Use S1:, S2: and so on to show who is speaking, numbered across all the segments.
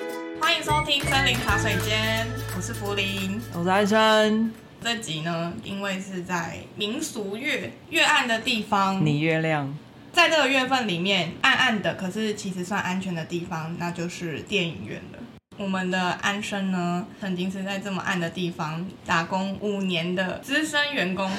S1: 迎收听森林茶水间，我是福林。
S2: 我是安生，
S1: 这集呢，因为是在民俗月月暗的地方，
S2: 你月亮
S1: 在这个月份里面暗暗的，可是其实算安全的地方，那就是电影院了。我们的安生呢，曾经是在这么暗的地方打工五年的资深员工，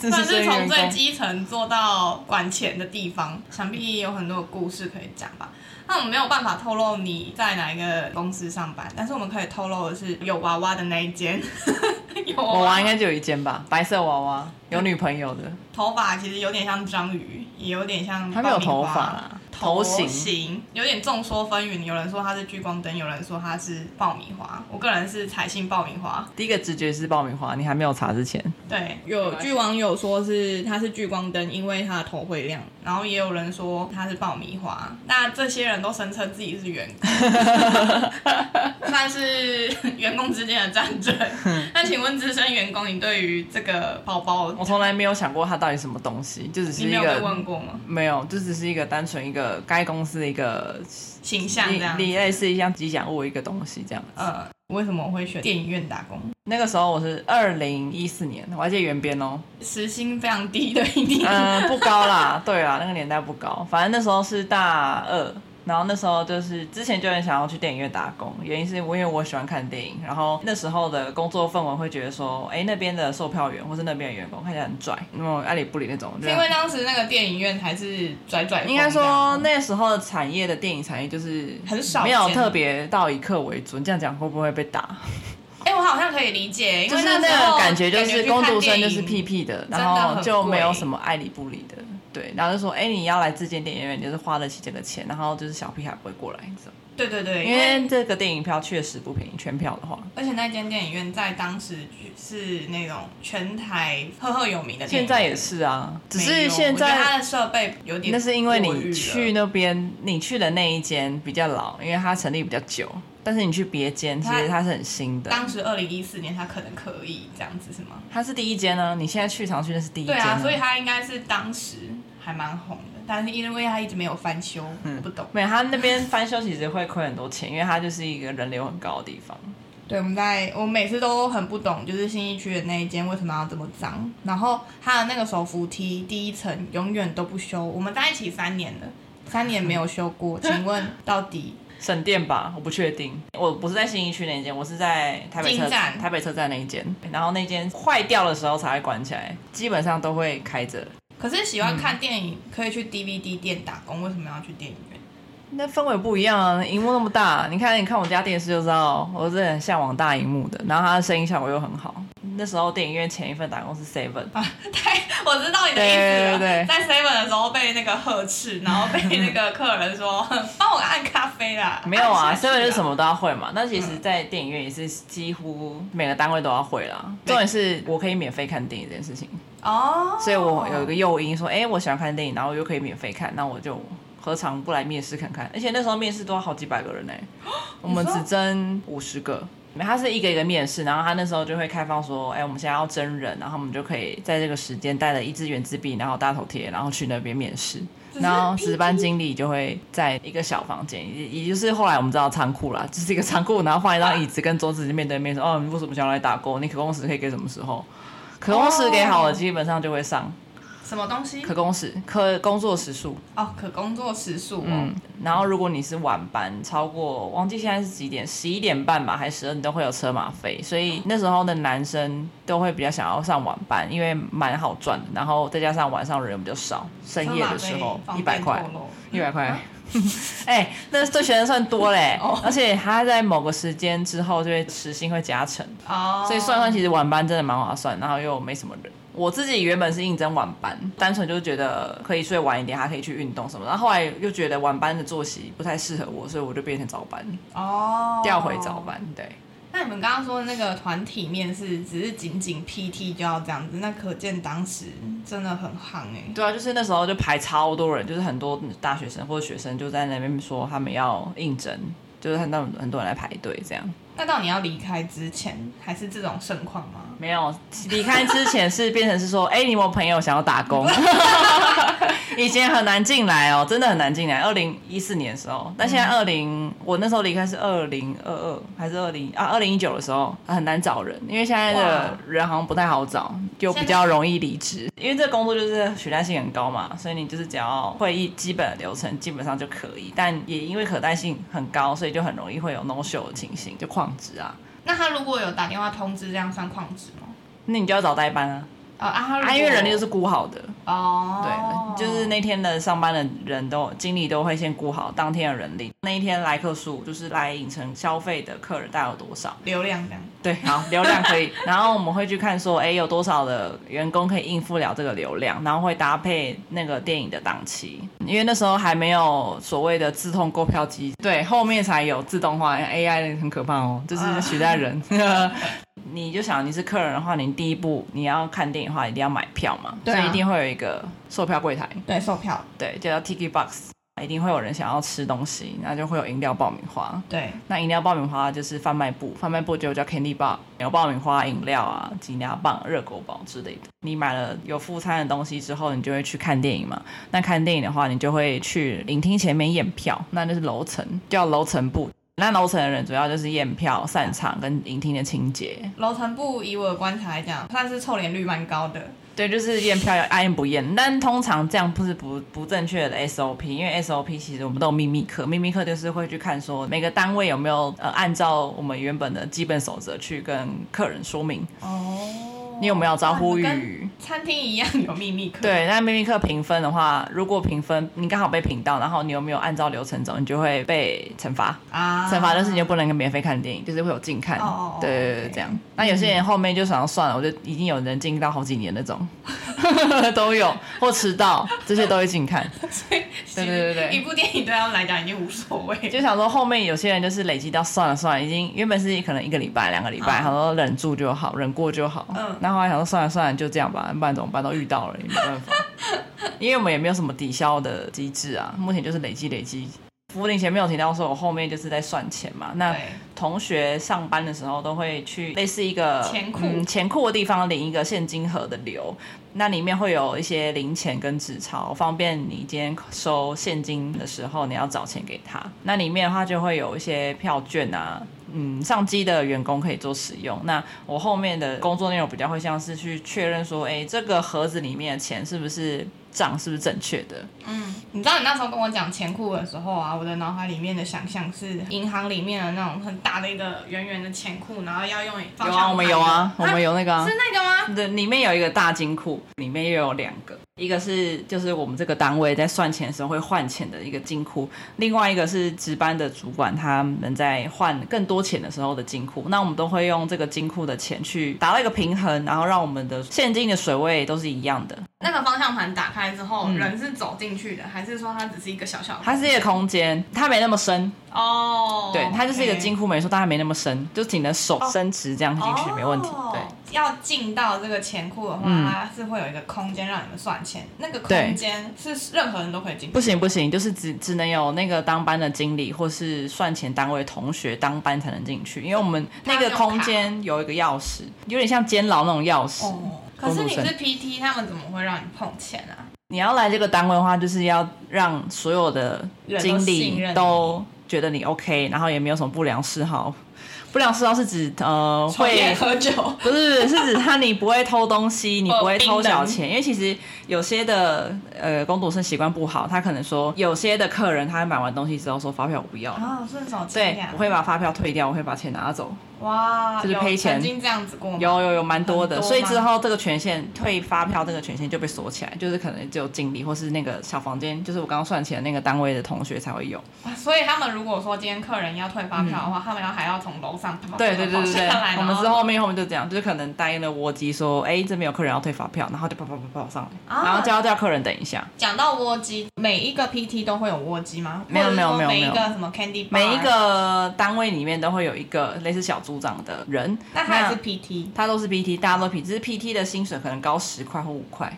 S2: 这
S1: 算是从
S2: 员
S1: 最
S2: 工，
S1: 基层做到管钱的地方，想必有很多的故事可以讲吧。那我们没有办法透露你在哪一个公司上班，但是我们可以透露的是有娃娃的那一间， 有
S2: 娃娃应该就有一件吧，白色娃娃，有女朋友的，
S1: 头发其实有点像章鱼，也有点像
S2: 他没有
S1: 爆米
S2: 头
S1: 花
S2: 发啦，
S1: 头
S2: 头型，
S1: 有点众说纷纭。有人说它是聚光灯，有人说它是爆米花。我个人是采信爆米花。
S2: 第一个直觉是爆米花，你还没有查之前，
S1: 对，有据网友说是它是聚光灯，因为它的头会亮，然后也有人说它是爆米花。那这些人都声称自己是员工，算是员工之间的战争。那请问资深员工，你对于这个包包，
S2: 我从来没有想过它到底什么东西，就只是
S1: 你没
S2: 一
S1: 有被
S2: 个
S1: 问过吗？
S2: 没有，就只是一个单纯一个该公司的一个
S1: 形象这样，
S2: 你类似一项吉祥物一个东西这样。
S1: 呃，为什么我会选电影院打工？
S2: 那个时候我是二零一四年，我还记得原编哦，
S1: 时薪非常低的一定。
S2: 嗯，不高啦，对啊啦，那个年代不高。反正那时候是大二，然后那时候就是之前就很想要去电影院打工，原因是我因为我喜欢看电影，然后那时候的工作氛围会觉得说，哎，那边的售票员或是那边的员工看起来很拽，那种爱理不理那种。
S1: 是因为当时那个电影院还是拽拽风这
S2: 应
S1: 样
S2: 该
S1: 吗，
S2: 说那时候的产业的电影产业就是
S1: 很少
S2: 没有
S1: 见
S2: 特别到以客为准。这样讲会不会被打？
S1: 哎、我好像可以理解，因
S2: 就
S1: 为
S2: 是那
S1: 时候
S2: 个感觉就
S1: 去
S2: 是
S1: 看
S2: 工读生
S1: 电
S2: 就
S1: 影
S2: 是屁屁的，
S1: 的
S2: 然后
S1: 很
S2: 就没有
S1: 贵
S2: 什么爱理不理的，对，然后就说，哎，你要来这间电影院，你就是花得起这个钱，然后就是小屁孩不会过来，你知道吗
S1: 对对对，
S2: 因
S1: 因为
S2: 为这个电影票确实不便宜，全票的话，
S1: 而且那间电影院在当时是那种全台赫赫有名的电
S2: 现
S1: 影院，
S2: 在也是啊，只
S1: 没
S2: 是
S1: 有
S2: 现
S1: 我觉得
S2: 在
S1: 它的设备有点
S2: 那是因为
S1: 过誉
S2: 你
S1: 了
S2: 去那边，你去的那一间比较老，因为它成立比较久，但是你去别间，其
S1: 它
S2: 实它是很新的，
S1: 当时二零一四年，它可能可以这样子是吗？
S2: 它是第一间啊呢，你现在去常去那是第一
S1: 对
S2: 间
S1: 啊，
S2: 啊，
S1: 所以它应该是当时还蛮红的，但是因为它一直没有翻修，我不懂。
S2: 没有，它那边翻修其实会亏很多钱，因为它就是一个人流很高的地方。
S1: 对，我们在我每次都很不懂，就是新一区的那一间为什么要这么脏？然后它的那个手扶梯第一层永远都不修，我们在一起三年了，三年没有修过，请问到 底
S2: 省电吧，我不确定。我不是在信义区那一间，我是在台北车
S1: 进站
S2: 台北车站那一间。然后那间坏掉的时候才会关起来，基本上都会开着。
S1: 可是喜欢看电影，可以去 DVD 店打工，为什么要去电影院？
S2: 那氛围不一样啊，荧幕那么大，你看你看我家电视就知道，我是很向往大荧幕的。然后它的声音效果又很好。那时候电影院前一份打工是 Seven，
S1: 对，啊我知道你的意思了。
S2: 对对对
S1: 在 Seven 的时候被那个呵斥，然后被那个客人说帮我按咖啡啦。
S2: 没有啊嗯
S1: 按下去啦
S2: ，Seven 就是什么都要会嘛。那其实，在电影院也是几乎每个单位都要会啦。
S1: 对
S2: 重点是我可以免费看电影这件事情。
S1: 哦，
S2: 所以我有一个诱因说，哎、我喜欢看电影，然后又可以免费看，那我就何尝不来面试看看？而且那时候面试都要好几百个人呢、 我们只征五十个。没他是一个一个面试，然后他那时候就会开放说，哎、我们现在要真人，然后我们就可以在这个时间带着一支圆珠笔，然后大头贴，然后去那边面试。
S1: 只是
S2: 然后值班经理就会在一个小房间，也也就是后来我们知道仓库啦，就是一个仓库，然后放一张椅子跟桌子面对面说，哦，你为什么想要来打工？你可工时可以给什么时候？可工时给好了，
S1: 哦
S2: 基本上就会上
S1: 什么东西
S2: 可工时、可工作时数。
S1: 哦，可工作时数哦。
S2: 嗯，然后如果你是晚班，超过忘记现在是几点，十一点半吧，还是十二，你都会有车马费。所以那时候的男生都会比较想要上晚班，因为蛮好赚的，然后再加上晚上人比较少，深夜的时候一百块。
S1: 嗯
S2: 一百块。 哎、那对学生算多嘞、
S1: 哦
S2: 而且他在某个时间之后就会时薪会加成，
S1: 哦，
S2: 所以算算其实晚班真的蛮划算，然后又没什么人。我自己原本是应征晚班，单纯就是觉得可以睡晚一点，还可以去运动什么的。然后后来又觉得晚班的作息不太适合我，所以我就变成早班，
S1: 哦
S2: 调回早。班。对，
S1: 那你们刚刚说的那个团体面试，只是仅仅 PT 就要这样子，那可见当时真的很夯哎、
S2: 对啊，就是那时候就排超多人，就是很多大学生或者学生就在那边说他们要应征，就是很多很多人来排队这样。
S1: 那到你要离开之前，还是这种盛况吗？
S2: 没有离开之前是变成是说，哎、你有没有朋友想要打工？以前很难进来哦，真的很难进来。二零一四年的时候，但现在二零、我那时候离开是二零二二还是二零啊二零一九的时候，很难找人，因为现在的
S1: 哇
S2: 人好像不太好找，就比较容易离职。因为这个工作就是取代性很高嘛，所以你就是只要会议基本的流程，基本上就可以。但也因为可代性很高，所以就很容易会有 no show 的情形，就旷职啊。
S1: 那他如果有打电话通知，这样算旷职吗？
S2: 那你就要找代班啊，
S1: 哦啊，他如
S2: 啊，
S1: 果
S2: 因为人力都是估好的，
S1: 哦，
S2: 对，就是那天的上班的人都经理都会先估好当天的人力，那一天来客数就是来影城消费的客人大概有多少，
S1: 流量这样。
S2: 对，好流量可以， 然后我们会去看说，哎，有多少的员工可以应付了这个流量，然后会搭配那个电影的档期，因为那时候还没有所谓的自动购票机，对，后面才有自动化 AI 很可怕哦，就是取代人。 你就想你是客人的话，你第一步你要看电影的话，一定要买票嘛，
S1: 对啊
S2: 所以一定会有一个售票柜台，
S1: 对，售票。
S2: 对，就叫 Tiki Box，一定会有人想要吃东西，那就会有饮料爆米花。
S1: 对，
S2: 那饮料爆米花就是贩卖部，贩卖部就叫 candy bar，有爆米花、饮料啊、吉拿棒、热狗堡之类的。你买了有副餐的东西之后，你就会去看电影嘛。那看电影的话，你就会去影厅前面验票，那就是楼层，叫楼层部。那楼层的人主要就是验票、散场跟影厅的清洁。
S1: 楼层部以我的观察来讲，算是臭脸率蛮高的。
S2: 对，就是验票要爱验不验，但通常这样不是不不正确的 SOP，因为 SOP 其实我们都有秘密课，秘密课就是会去看说每个单位有没有呃按照我们原本的基本守则去跟客人说明
S1: 哦，
S2: 你有没有招呼
S1: 哇你
S2: 语。
S1: 跟嗯餐厅一样有秘密课。，
S2: 对，那秘密课评分的话，如果评分你刚好被评到，然后你有没有按照流程走，你就会被惩罚。
S1: 啊，
S2: 惩罚就是你就不能跟免费看电影，就是会有禁看。
S1: 哦哦哦
S2: 对对对，
S1: OK
S2: 这样。那有些人后面就想要算了，我就已经有人禁到好几年那种， 都有或迟到，这些都会 禁看。对对对对
S1: 一部电影对他们来讲已经无所谓。
S2: 就想说后面有些人就是累积到算了算了，已经原本是可能一个礼拜、两个礼拜，
S1: 嗯
S2: 他说忍住就好，忍过就好。
S1: 嗯
S2: 那后来想说算了算了，就这样吧，不然怎么办？都遇到了也没办 法，因为我们也没有什么抵消的机制啊，目前就是累积累积。福林前面有提到说，我后面就是在算钱嘛，那。
S1: 对，
S2: 同学上班的时候都会去类似一个
S1: 钱库
S2: 嗯、钱库的地方领一个现金盒的流，那里面会有一些零钱跟纸钞，方便你今天收现金的时候你要找钱给他。那里面的话就会有一些票券啊。嗯，上机的员工可以做使用。那我后面的工作内容比较会像是去确认说，哎，这个盒子里面的钱是不是账是不是正确的？
S1: 嗯，你知道你那时候跟我讲钱库的时候啊，我的脑海里面的想象是银行里面的那种很大的一个圆圆的钱库，然后要用方
S2: 有
S1: 向
S2: 啊，我们有啊，我
S1: 盘的
S2: 们有那个、啊
S1: 是那个吗？
S2: 对，里面有一个大金库，里面又有两个，一个是就是我们这个单位在算钱的时候会换钱的一个金库，另外一个是值班的主管他们在换更多钱的时候的金库。那我们都会用这个金库的钱去达到一个平衡，然后让我们的现金的水位都是一样的。
S1: 那个方向盘打开之后，人是走进去的，还是说它只是一个小小的？
S2: 它是一个空间，它没那么深，
S1: 哦，
S2: 对，它就是一个金
S1: 库，
S2: 库，没错，但它没那么深，就只能手伸直这样进去，没问题。
S1: 对，
S2: 对。
S1: 哦要进到这个钱库的话，
S2: 嗯
S1: 它是会有一个空间让你们算钱，那个
S2: 对
S1: 空间是任何人都可以进去。
S2: 不行不行，就是只只能有那个当班的经理或是算钱单位同学当班才能进去，因为我们那个空间有一个钥匙，有点像监牢那种钥匙。
S1: 哦，可是你
S2: 公主
S1: 是 PT，他们怎么会让你碰钱啊？
S2: 你要来这个单位的话，就是要让所有的经理
S1: 人
S2: 都
S1: 都
S2: 觉得你 OK，然后也没有什么不良嗜好。不良嗜好是指呃
S1: 抽烟哦
S2: 会
S1: 喝酒，
S2: 不是，是指他你不会偷东西，你不会偷小钱，因为其实有些的呃工读生习惯不好，他可能说有些的客人他买完东西之后说发票我不要 了，
S1: 啊，顺手牵
S2: 对
S1: 呀，
S2: 我会把发票退掉，我会把钱拿走。
S1: 哇，
S2: 就是
S1: 有
S2: 赔钱
S1: 曾经这样子过吗？
S2: 有有有，蛮多的。
S1: 很多吗
S2: 所以之后这个权限退发票这个权限就被锁起来，就是可能只有经理或是那个小房间，就是我刚刚算钱的那个单位的同学才会有。
S1: 啊所以他们如果说今天客人要退发票的话，他们要还要从楼上跑
S2: 嗯对对对对对
S1: 跑下来，，哦
S2: 我们
S1: 然
S2: 之后面后面就这样，就是可能答应了窝机说，哎，这边有客人要退发票，然后就啪啪啪啪上来，
S1: 啊
S2: 然后就要叫客人等一下。
S1: 讲到窝机，每一个 PT 都会有窝机吗？
S2: 没有没有
S1: 或者说每
S2: 没有没
S1: 一
S2: 有
S1: 个什么 Candy，bar
S2: 每一，个单位里面都会有一个类似小组长的人，
S1: 那他也是 PT，
S2: 他都是 PT，大家都 PT，只是 PT 的薪水可能高十块或五块。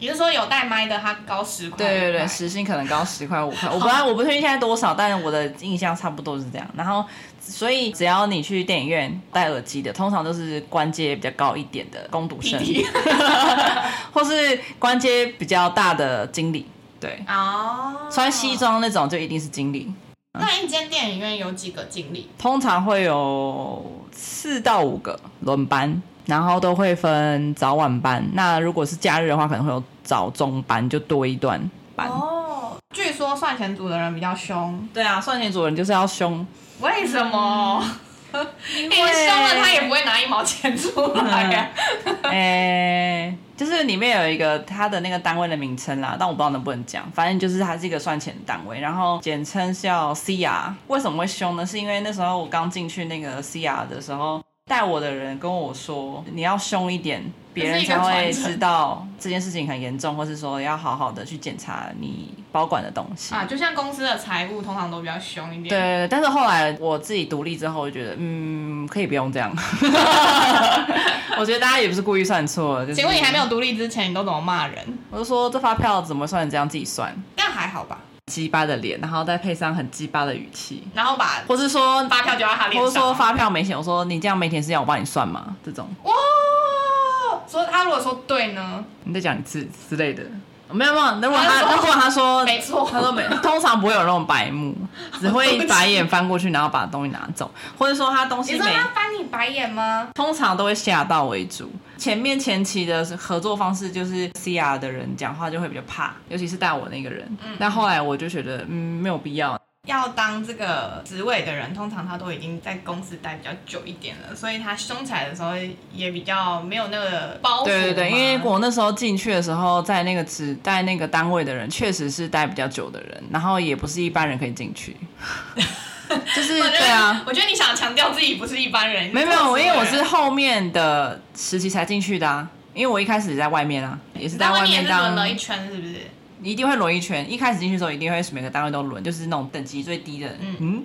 S1: 也就是说有带麦的他高十块，
S2: 对对
S1: 五
S2: 对，
S1: 块
S2: 时薪可能高十块五块，我不知道我不确定现在多少，但我的印象差不多是这样。然后，所以只要你去电影院戴耳机的，通常都是关节比较高一 点的工读生，
S1: PT
S2: 或是关节比较大的经理。对，
S1: 哦，
S2: 穿西。装那种就一定是经理，
S1: 那一间电影院有几个经理？
S2: 通常会有四到五个轮班，然后都会分早晚班。那如果是假日的话，可能会有早中班，就多一段班。
S1: 哦，据说算钱组的人比较凶，
S2: 对啊，算钱主人就是要凶，
S1: 为什么？
S2: 嗯
S1: 因为凶了他也不会拿一毛钱出来啊呀、
S2: 嗯哎、就是里面有一个它的那个单位的名称啦，但我不知道能不能讲，反正就是它是一个算钱的单位，然后简称叫 CR。为什么会凶呢？是因为那时候我刚进去那个 CR 的时候，带我的人跟我说，你要凶一点，别人才会知道这件事情很严重，或是说要好好的去检查你保管的东西。
S1: 啊，就像公司的财务通常都比较凶一点。
S2: 对，对，对但是后来我自己独立之后，我觉得嗯，可以不用这样。 我觉得大家也不是故意算错，就是、
S1: 请问你还没有独立之前，你都怎么骂人？
S2: 我就说这发票怎么算？这样自己算，
S1: 但还好吧。
S2: 鸡巴的脸，然后再配上很鸡巴的语气，
S1: 然后把
S2: 或是说
S1: 发票丢到他脸
S2: 或
S1: 上，
S2: 是说发票没钱，我说你这样没钱是要我帮你算吗？这种
S1: 哇，说他如果说对呢，
S2: 你再讲一次之类的，没有没有。如果
S1: 他说
S2: 他如果他说
S1: 没错
S2: 哦他 说没，通常不会有那种白目，只会白眼翻过去，然后把东西拿走，或者说他东
S1: 你
S2: 西
S1: 说
S2: 没。
S1: 他翻你白眼吗？
S2: 通常都会吓到为主。前面前期的合作方式就是 CR 的人讲话就会比较怕，尤其是带我那个人。但后来我就觉得，嗯，没有必要。
S1: 要当这个职位的人，通常他都已经在公司待比较久一点了，所以他凶起来的时候也比较没有那个包袱嘛。
S2: 对对对，因为我那时候进去的时候，在那个只带那个单位的人，确实是待比较久的人，然后也不是一般人可以 进去。就是
S1: 我觉得
S2: 对啊，，
S1: 我觉得你想强调自己不是一般人，
S2: 没有没有，
S1: 你
S2: 因为我
S1: 特殊
S2: 是
S1: 人
S2: 后面的实习才进去的啊，因为我一开始也在外面啊，也是
S1: 你
S2: 在
S1: 在外
S2: 外
S1: 面
S2: 面
S1: 也是
S2: 当
S1: 轮了一圈，是不是？
S2: 你一定会轮一圈。一开始进去的时候，一定会每个单位都轮，就是那种等级最低的，嗯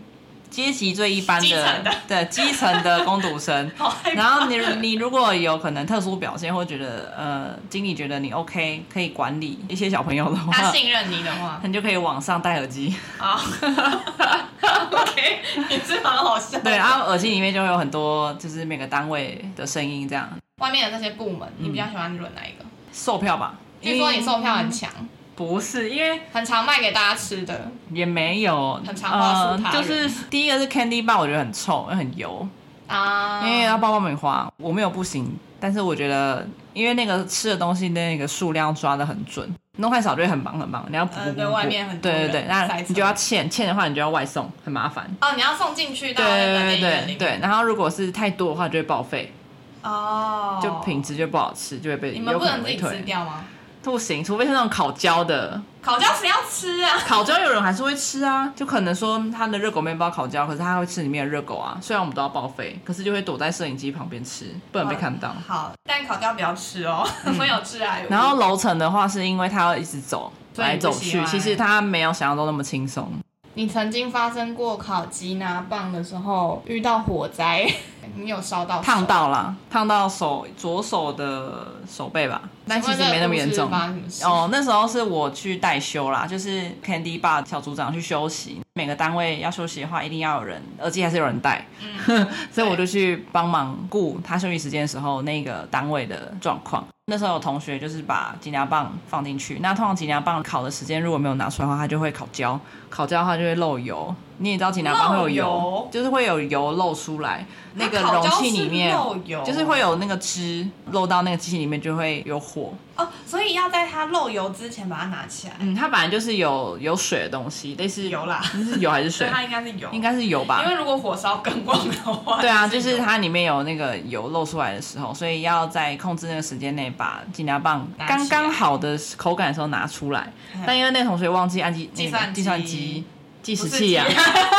S2: 阶级最一般
S1: 基层的
S2: 对基层的工读生。
S1: 好害怕
S2: 然后你你如果有可能特殊表现，或者觉得呃经理觉得你 OK 可以管理一些小朋友的
S1: 他
S2: 话，
S1: 信任你的话，
S2: 你就可以往上戴 耳机。
S1: 啊 ，OK，你是蛮好笑。
S2: 对，然，啊后耳机里面就会有很多就是每个单位的声音这样。
S1: 外面的这些部门，你比较喜欢轮哪一个？
S2: 售票吧，
S1: 据说你售票很强，
S2: 不是因为
S1: 很常卖给大家吃的。
S2: 也没有
S1: 很常告诉他
S2: 呃，
S1: 人
S2: 就是第一个是 Candy Bar，我觉得很臭，很油。
S1: 啊，
S2: 嗯因为要爆爆米花，我没有不行，但是我觉得，因为那个吃的东西那个数量抓的很准，弄太少就会很忙很忙，你要补补
S1: 呃
S2: 补补、
S1: 对外面很多
S2: 对对
S1: 人
S2: 对，那
S1: 塞车
S2: 你就要欠，欠的话你就要外送，很麻烦。
S1: 哦，你要送进去到
S2: 对
S1: 那个
S2: 对
S1: 电影院里
S2: 对
S1: 面
S2: 对，然后如果是太多的话就会报废，
S1: 哦，
S2: 就品质就不好吃，就会被
S1: 你们
S2: 有
S1: 不
S2: 可
S1: 能
S2: 能
S1: 自
S2: 被
S1: 己吃
S2: 退。
S1: 掉吗？
S2: 不行，除非是那种烤焦的，
S1: 烤焦谁要吃啊？
S2: 烤焦有人还是会吃啊，就可能说他的热狗面包烤焦，可是他会吃里面的热狗啊，虽然我们都要报废，可是就会躲在摄影机旁边吃，不能被看到。嗯
S1: 好，但烤焦不要吃哦， 会有致癌物。
S2: 然后楼层的话，是因为他要一直走
S1: 所以
S2: 来
S1: 你不
S2: 走
S1: 喜欢
S2: 去，其实他没有想象中那么轻松。
S1: 你曾经发生过烤鸡拿棒的时候遇到火灾， 你有烧到手
S2: 烫？到啦，烫到手左手的手背吧，但其实没那么严
S1: 请
S2: 重
S1: 问这个故事。发生什么事
S2: 哦，那时候是我去代休啦，就是 Candy Bar 小组长去休息，每个单位要休息的话，一定要有人，耳机还是有人戴，
S1: 嗯
S2: 所以我就去帮忙顾他休息时间的时候那个单位的状况。那时候有同学就是把脊梁棒放进去，那通常脊梁棒烤的时间如果没有拿出来的话，它就会烤焦，烤焦的话就会漏油。你也知道脊梁棒会有油，
S1: 漏油
S2: 就是会有油漏出来，那个
S1: 烤
S2: 容
S1: 焦
S2: 器
S1: 是
S2: 里面
S1: 漏油
S2: 就是会有那个汁漏到那个机器里面就会有火。
S1: 哦，所以要在它漏油之前把它拿起来。
S2: 嗯，它本来就是有有水的东西，类似
S1: 油啦
S2: 那是油还是
S1: 所
S2: 水
S1: 以？它应该是油，
S2: 应该是油吧
S1: 因。为如果火烧更旺的话，
S2: 对啊，就是它里面有那个油漏出来的时候，所以要在控制那个时间内把金牙棒
S1: 拿起来嗯
S2: 刚刚好的口感的时候拿出来。但因为那同学忘记按计
S1: 计
S2: 那个
S1: 算
S2: 计算
S1: 机
S2: 机计
S1: 不
S2: 时
S1: 是
S2: 器啊
S1: 鸡，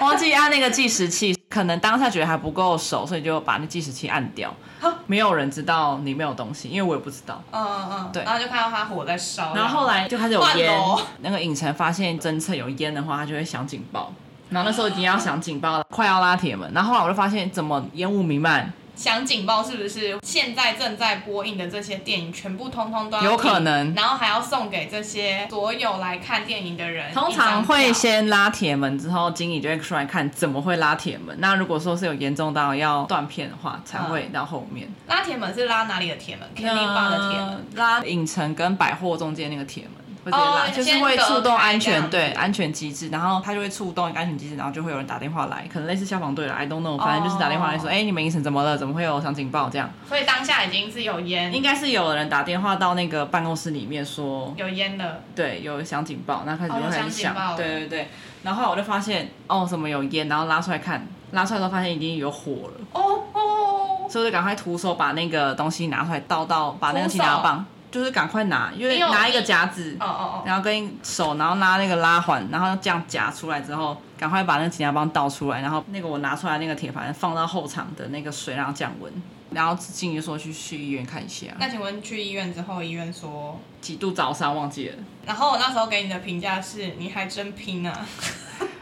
S2: 忘记按那个计时器，可能当下觉得还不够熟，所以就把那计时器按掉
S1: 哈。
S2: 没有人知道里面有东西，因为我也不知道。
S1: 嗯嗯嗯，
S2: 对
S1: 然后就看到它火在烧，
S2: 然后后来就开始有
S1: 换
S2: 烟
S1: 楼，
S2: 那个影城发现侦测有烟的话，他就会响警报。然后那时候已经要响警报了，快要拉铁门。然后后来我就发现怎么烟雾弥漫，
S1: 响警报是不是现在正在播映的这些电影全部通通都要
S2: 有可
S1: 停
S2: 能
S1: 然后还要送给这些所有来看电影的人一张
S2: 通
S1: 票，
S2: 常会先拉铁门，之后经理就会出来看怎么会拉铁门。那如果说是有严重到要断片的话，才
S1: 嗯
S2: 会到后面。
S1: 拉铁门是拉哪里的铁门？Candy Bar 的铁门。
S2: 呃拉影城跟百货中间那个铁门。会直接拉，
S1: 哦
S2: 就是
S1: 先
S2: 会
S1: 隔
S2: 触动
S1: 开
S2: 安
S1: 这样
S2: 全
S1: 子
S2: 对安全机制，然后它就会触动一个安全机制，然后就会有人打电话来，可能类似消防队了，I don't know，反正就是打电话来说，
S1: 哦
S2: 哎、你们营城怎么了？怎么会有响警报？这样
S1: 所以当下已经是有烟，
S2: 应该是有人打电话到那个办公室里面说，
S1: 有烟了，
S2: 对，有响警报，然后开始
S1: 哦
S2: 就
S1: 有
S2: 开
S1: 响
S2: 始
S1: 警
S2: 响，
S1: 报了
S2: 对对对，然后后来我就发现哦，怎么有烟？然后拉出来看，拉出来的时候发现已经有火了。
S1: 哦哦，
S2: 所以我就赶快徒手把那个东西拿出来倒到，把那个气拿棒，就是赶快拿，因为
S1: 你有
S2: 拿一个夹子
S1: 哦，哦哦，
S2: 然后跟手，然后拉那个拉环，然后这样夹出来之后，赶快把那个气拿棒倒出来，然后那个我拿出来那个铁盘放到后场的那个水，然后降温，然后进去说去去医院看一下，
S1: 那请问去医院之后，医院说，
S2: 几度早上忘记了，
S1: 然后我那时候给你的评价是，你还真拼 啊，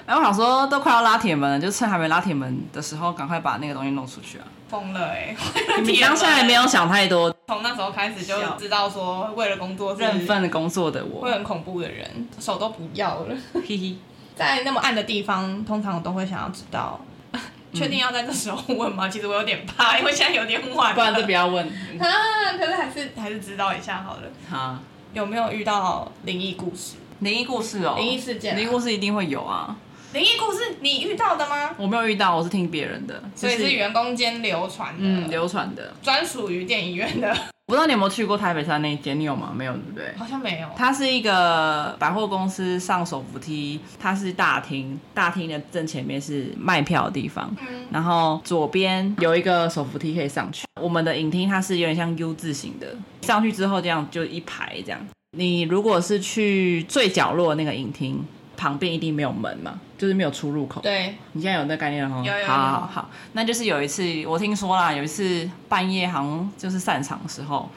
S2: 然后我想说都快要拉铁门了，就趁还没拉铁门的时候，赶快把那个东西弄出去啊！
S1: 疯了哎、
S2: 你们当下也没有想太多，
S1: 从那时候开始就知道说，为了工作是
S2: 认份工作的
S1: 会
S2: 我，
S1: 很恐怖的人，手都不要了。
S2: 嘿嘿。
S1: 在那么暗的地方，通常我都会想要知道， 确定要在这时候问吗？其实我有点怕，因为现在有点晚了。
S2: 不然就不要问
S1: 啊， 可是还是还是知道一下好了。
S2: 啊。
S1: 有没有遇到灵异故事？
S2: 灵异故事哦，
S1: 灵异事件啊
S2: 灵异故事一定会有啊。
S1: 灵异故事你遇到的吗？
S2: 我没有遇到，我是听别人的，
S1: 所以
S2: 就是
S1: 员工间流传的，
S2: 嗯流传的。
S1: 专属于电影院的，
S2: 我不知道你有没有去过台北山那一间，你有吗？没有，对不对？
S1: 好像没有。
S2: 它是一个百货公司上手扶梯，它是大厅，大厅的正前面是卖票的地方，
S1: 嗯
S2: 然后左边有一个手扶梯可以上去。我们的影厅它是有点像 U 字形的，上去之后这样就一排这样。你如果是去最角落那个影厅旁边，一定没有门嘛，就是没有出入口。
S1: 对，
S2: 你现在有那概念了哈？
S1: 有有
S2: 好好好
S1: 有
S2: 好，那就是有一次我听说啦，有一次半夜好像就是散场的时候，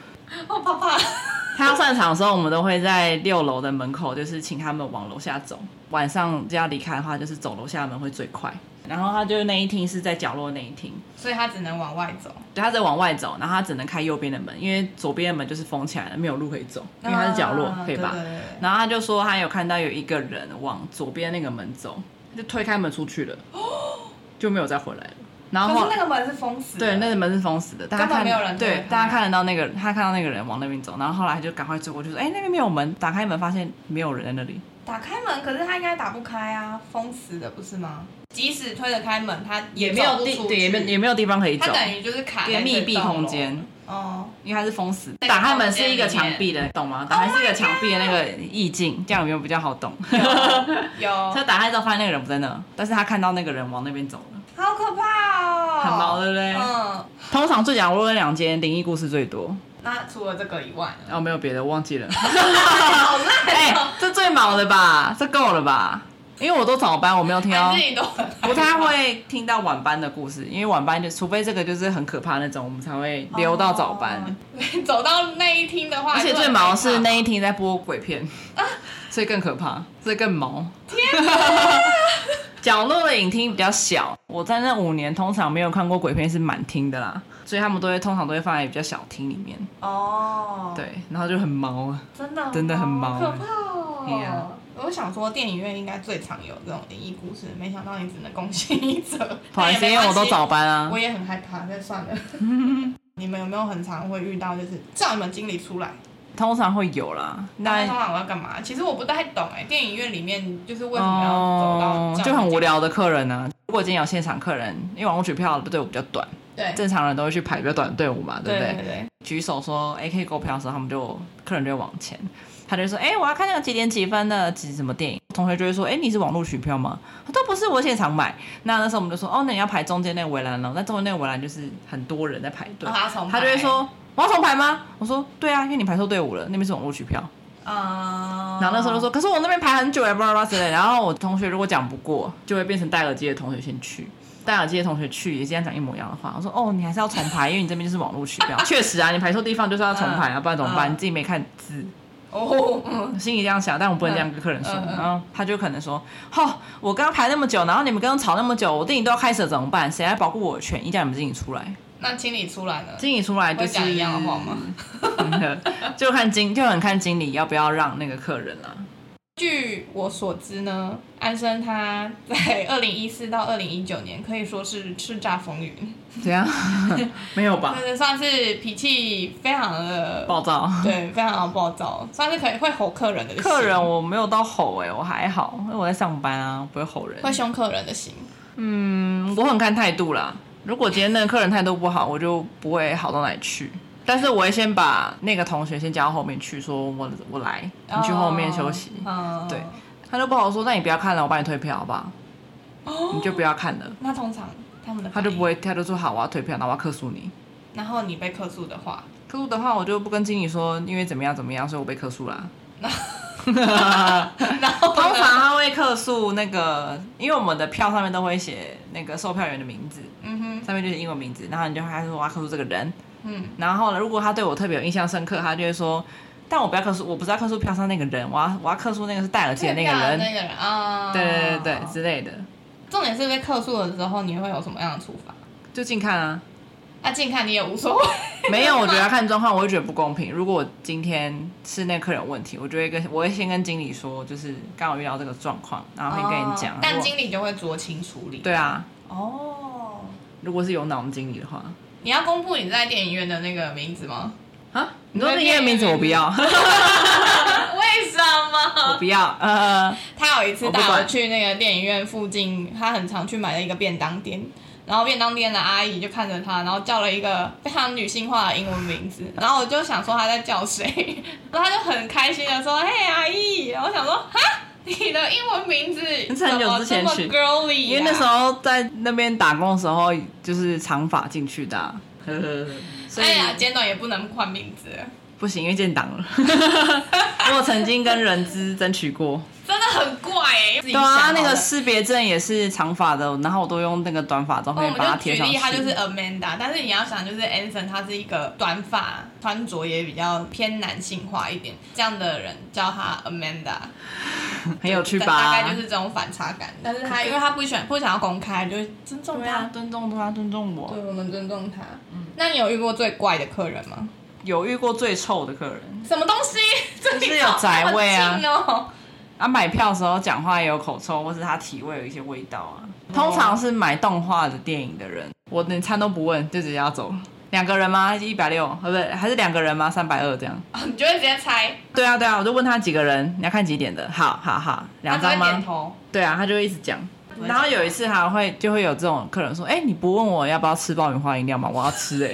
S1: 哦，爸爸，
S2: 他要散场的时候，我们都会在六楼的门口，就是请他们往楼下走。晚上要离开的话，就是走楼下的门会最快。然后他就那一厅是在角落那一厅，
S1: 所以他只能往外走。
S2: 对，他在往外走，然后他只能开右边的门，因为左边的门就是封起来了，没有路可以走，因为它是角落，
S1: 啊
S2: 可以吧？
S1: 对对对对
S2: 然后他就说他有看到有一个人往左边那个门走，他就推开门出去了，就没有再回来了。然后
S1: 可
S2: 后
S1: 是那个门是封死的，
S2: 对，那个门是封死的，大家
S1: 根本
S2: 看
S1: 没有人推
S2: 对
S1: 开，
S2: 大家看得到那个，他看到那个人往那边走，然后后来就赶快追过去说，哎、那边没有门，打开门发现没有人在那里，
S1: 打开门，可是他应该打不开啊，封死的不是吗？即使推得开门，他走不
S2: 地，
S1: 出
S2: 对，
S1: 去，
S2: 也没也没有地方可以走
S1: 他，等于就是卡
S2: 一
S1: 在
S2: 个密
S1: 这
S2: 闭
S1: 栋
S2: 空
S1: 楼
S2: 间。
S1: 哦，
S2: 因为它是封死的，
S1: 那个
S2: 打开门
S1: 空
S2: 是
S1: 间
S2: 一个
S1: 里面 Oh
S2: 墙壁的，懂吗？打开是一个墙壁的那个意境，这样有没有比较好懂？
S1: 有，
S2: 他打开之后发现那个人不在那，但是他看到那个人往那边走了。
S1: 好可怕哦，
S2: 很毛对不对
S1: 嗯，
S2: 通常最角落那两间灵异故事最多，
S1: 那除了这个以外呢？
S2: 然、后哦没有别的，我忘记了。
S1: 好
S2: 哎、
S1: 烂哦，
S2: 这最毛的吧，这够了吧？因为我都早班，我没有听到
S1: 你，自己都很害怕
S2: 不太会听到晚班的故事，因为晚班就除非这个就是很可怕那种，我们才会留到早班。
S1: 哦 走到那一厅的话，
S2: 而且最毛
S1: 就
S2: 是
S1: 很害怕
S2: 那一天在播鬼 片，所以更可怕，所以更毛。天 角落的影厅比较小，我在那五年通常没有看过鬼片是满厅的啦，所以他们都会通常都会放在比较小厅里面，
S1: 哦，，
S2: 对，然后就很毛啊。
S1: 真的
S2: 真的很毛
S1: 可怕
S2: 哎呀
S1: 哦。我想说，电影院应该最常有这种灵异故事，没想到你只能贡献一 则。
S2: 不好意思，因为我都
S1: 找。
S2: 早班啊
S1: 我，也很害怕，那算 了。你们有没有很常会遇到，就是叫你们经理出来？
S2: 通常会有啦。
S1: 那通
S2: 那
S1: 常我要干嘛？其实我不太懂哎、电影院里面就是为什么要走到、
S2: 哦，就很无。聊的客人呢、如果今天有现场客人，因为网络取票的队伍比较短，
S1: 对
S2: 正常人都会去排比较短的队伍嘛，对
S1: 对
S2: 不
S1: 对
S2: 对？
S1: 对，
S2: 举手说 “A K 购票”的时候，他们就客人就会往前，他就会说：“哎、我要看那个几点几分的几什么电影。”同学就会说：“哎、你是网络取票吗？”他都不是，我现场买。那那时候我们就说：“哦，那你要排中间那个围栏哦了。”那中间那个围栏就是很多人在排队，
S1: 哦他要重
S2: 他就会
S1: 排
S2: 说：“我要重排吗？”我说：“对啊，因为你排错队伍了，那边是网络取票。”
S1: 啊、
S2: 然后那时候就说，可是我那边排很久哎，巴拉巴拉之类。然后我同学如果讲不过，就会变成戴耳机的同学先去，戴耳机的同学去也这样讲一模一样的话。我说哦，你还是要重排，因为你这边就是网络取票。确实啊，你排错地方就是要重排啊，不然怎么办？
S1: 嗯
S2: 你自己没看字，
S1: 哦，嗯，
S2: 我心里这样想，但我不能这样跟客人说。
S1: 嗯嗯嗯
S2: 然后他就可能说，哦，我刚刚排那么久，然后你们刚刚吵那么久，我电影都要开始了，怎么办？谁来保护我的权益？叫你们自己出来。
S1: 那经理出来了，
S2: 经理出来就
S1: 会
S2: 是嗯
S1: 讲一样 的话吗？
S2: 就看经就很看经理要不要让那个客人啦、啊
S1: 据我所知呢，安生他在 二零一四到二零一九年可以说是叱咤风云，
S2: 怎样？啊没有吧
S1: 但？是算是脾气非常的
S2: 暴躁。
S1: 对，非常的暴躁，算 是可以会吼客人的型
S2: 客人我没有到吼哎、我还好，因为我在上班啊，不会吼人。
S1: 会凶客人的型。
S2: 嗯，我很看态度啦。如果今天那个客人态度不好，我就不会好到哪里去。但是我会先把那个同学先叫到后面去，说我我来，你去后面休息。
S1: 哦嗯，
S2: 对他就不好说，那你不要看了，我帮你退票好不好？
S1: 哦
S2: 你就不要看了。
S1: 那通常他们的
S2: 他就不
S1: 会。
S2: 会，他就说好，我要退票，那我要克诉你。
S1: 然后你被客诉的 话，
S2: 客诉的话，我就不跟经理说，因为怎么样怎么样，所以我被客诉 啦。
S1: 然后
S2: 通常他会客诉那个，因为我们的票上面都会写那个售票员的名字，
S1: 嗯哼，
S2: 上面就是英文名字，然后你就他说我要客诉这个人，
S1: 嗯，
S2: 然后呢，如果他对我特别有印象深刻，他就会说，但我不要客诉，我不是要客诉票上那个人，我要我要客诉那个是戴耳机的那个
S1: 那
S2: 人，
S1: 个人啊，
S2: 对对对对之类的，
S1: 重点是被客诉了之后，你会有什么样的处罚？
S2: 就近看啊。
S1: 那近看你也无所谓，
S2: 没有，我觉得要看状况，我会觉得不公平。如果我今天是那客人有问题，我就会跟我会先跟经理说，就是刚好遇到这个状况，然后会跟你讲
S1: 哦。
S2: 啊
S1: 但
S2: 如果
S1: 经理就会酌情处理。
S2: 对啊，
S1: 哦，
S2: 如果是有脑的经理的话
S1: 你要公布你在电影院的那个名字吗？
S2: 啊，你说那个名字我不 要，
S1: 为什
S2: 我
S1: 么？
S2: 不要，呃，
S1: 他有一次
S2: 我不
S1: 带
S2: 管
S1: 我去那个电影院附近，他很常去买的一个便当店。然后便当店的阿姨就看着他，然后叫了一个非常女性化的英文名字，然后我就想说他在叫谁， 然后他就很开心的说：“嘿，阿姨！”然后我想说：“哈，你的英文名字
S2: 是
S1: 怎
S2: 很久
S1: 么
S2: 之
S1: 这
S2: 前
S1: 么
S2: 取
S1: girly？、啊、
S2: 因为那时候在那边打工的时候就是长发进去的啊、呵呵呵所以
S1: 哎呀，简短也不能换名字，
S2: 不行，因为建档了。 我曾经跟人资争取过，
S1: 真的很怪哎、欸。
S2: 对啊，那个
S1: 是。
S2: 识别证也是长发的，然后我都用那个短发照
S1: 那哦我
S2: 片
S1: 们
S2: 把它
S1: 就
S2: 贴
S1: 举
S2: 上去。
S1: 例，他就是 Amanda，但是你要想，就是 Anson，他是一个短发，穿着也比较偏男性化一点，这样的人叫他 Amanda，
S2: 很有趣吧？
S1: 大概就是这种反差感。但是他因为他不喜欢不想要公开，就是尊重
S2: 对啊
S1: 他，，
S2: 尊重他，尊重我。
S1: 对我们尊重他。
S2: 嗯
S1: 那你有遇过最怪的客人吗？
S2: 有遇过最臭的客人
S1: 什么东西？这
S2: 就是
S1: 里
S2: 有
S1: 好
S2: 宅味啊
S1: 好近哦
S2: 啊，买票的时候讲话也有口臭，或是他体味有一些味道啊。
S1: 哦
S2: 通常是买动画的电影的人，我连餐都不问就直接要走了。两个人吗？一百六，呃，不对，还是两个人吗？三百二这样。
S1: 啊你就会直接猜，
S2: 对啊，对啊，我就问他几个人，你要看几点的？好，好，好，
S1: 他
S2: 两
S1: 只会
S2: 张
S1: 点
S2: 吗？
S1: 头。
S2: 对啊，他就会一直讲。
S1: 不会
S2: 然后有一次还会就会有这种客人说：“哎、你不问我要不要吃爆米花饮料吗？我要吃哎、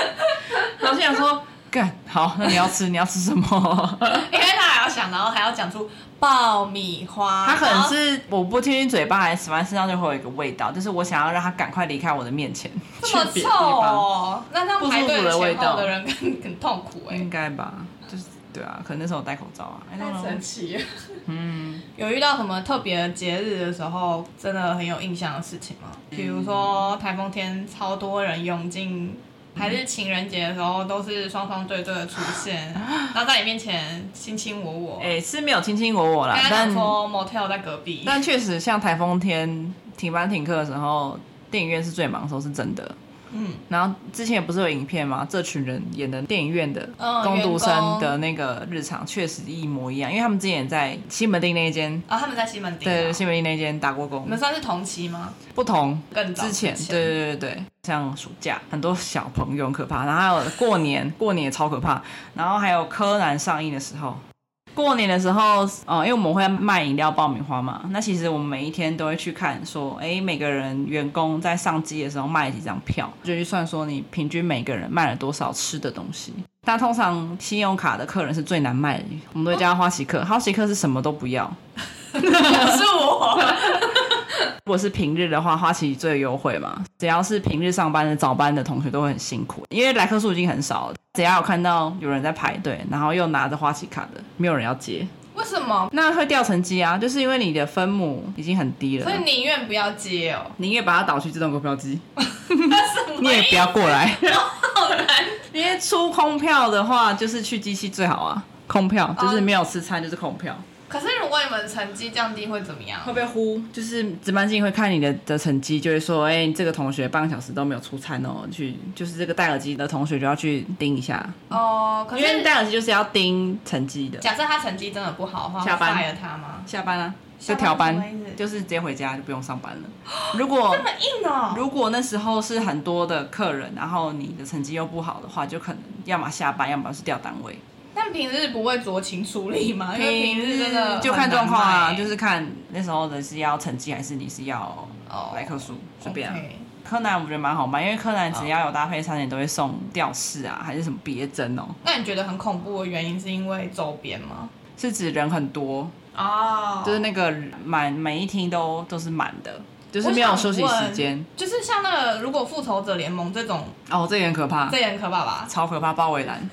S2: 然后就想说：“干好，那你要吃，你要吃什么？”
S1: 因为他还要想，然后还要讲出爆米花，
S2: 他可
S1: 然
S2: 能
S1: 后
S2: 是我不进去嘴巴，还是反正身上就会有一个味道，就是我想要让他赶快离开我的面前，
S1: 这么
S2: 去别
S1: 臭
S2: 的地方，
S1: 哦，那这样排队前后的人更 很痛苦哎、
S2: 应该吧？就是对啊，可能那时候我戴口罩啊。I
S1: 太
S2: don't know
S1: 神奇了。
S2: 嗯，
S1: 有遇到什么特别的节日的时候，真的很有印象的事情吗？比如说台风天超多人涌进，还是情人节的时候都是双双对对的出 现，然后在你面前卿卿我我。
S2: 哎、是没有卿卿我我啦
S1: 跟，他
S2: 但
S1: 讲说 motel 在隔壁，
S2: 但确实像台风天停班停课的时候，电影院是最忙的时候，是真的。
S1: 嗯，
S2: 然后之前不是有影片吗？这群人演的电影院的
S1: 嗯
S2: 工读
S1: 员
S2: 生
S1: 工
S2: 的那个日常，确实一模一样，因为他们之前也在西门町那一间，
S1: 啊，他们在西门町啊，
S2: 对对，西门町那一间打过工
S1: 你，们算是同期吗？
S2: 不同
S1: 更早
S2: 之前，
S1: 前
S2: 对对对对，像暑假很多小朋友很可怕，然后还有过年，过年也超可怕，然后还有柯南上映的时候。过年的时候，呃，因为我们会卖饮料、爆米花嘛，那其实我们每一天都会去看，说，哎，每个人员工在上机的时候卖了几张票，就去算说你平均每个人卖了多少吃的东西。但通常信用卡的客人是最难卖的，我们都会叫他花旗客，花旗客是什么都不要，
S1: 不 是 我，
S2: 如果是平日的话，花旗最优惠嘛。只要是平日上班的早班的同学都会很辛苦，因为来客数已经很少了。只要有看到有人在排队，然后又拿着花旗卡的，没有人要接，
S1: 为什么？
S2: 那会掉成绩啊，就是因为你的分母已经很低了
S1: 所以，宁愿不要接哦，
S2: 宁愿把它导去自动购票机， 你也不要过来。 因为出空票的话，就是去机器最好啊，空票就是没有吃餐就是空票。
S1: 可是如果你们成绩降低会怎么样？
S2: 会被呼，就是值班经理会看你的的成绩，就会说，哎、你这个同学半个小时都没有出餐哦，去就是这个戴耳机的同学就要去盯一下，
S1: 哦，可
S2: 因为
S1: 是
S2: 戴耳机就是要盯成绩的。
S1: 假设他成绩真的不好的话，
S2: 下班
S1: 会 fire 他吗？
S2: 下班啊，
S1: 下
S2: 就
S1: 班
S2: 调
S1: 什么意
S2: 班
S1: 思，
S2: 就是直接回家就不用上班了。如果
S1: 这么硬哦、
S2: 如果那时候是很多的客人，然后你的成绩又不好的话，就可能要么下班，要么是调单位。
S1: 但平日不会酌情处理吗？因哎为平日真的
S2: 就看状况啊，就是是看那时候的是要成绩还是你是要
S1: 哦
S2: 来客数，随便啊。
S1: OK
S2: 柯南我觉得蛮好卖，因为柯南只要有搭配餐点都会送吊饰啊，还是什么别针哦，
S1: 那你觉得很恐怖的原因是因为周边吗？
S2: 是指人很多，
S1: 哦，
S2: 就是那个满每一厅都都是满的，就是没有休息时间。
S1: 就是像那个如果复仇者联盟这种，
S2: 哦，这也很可怕，
S1: 这也很可怕吧？
S2: 超可怕，包 围栏，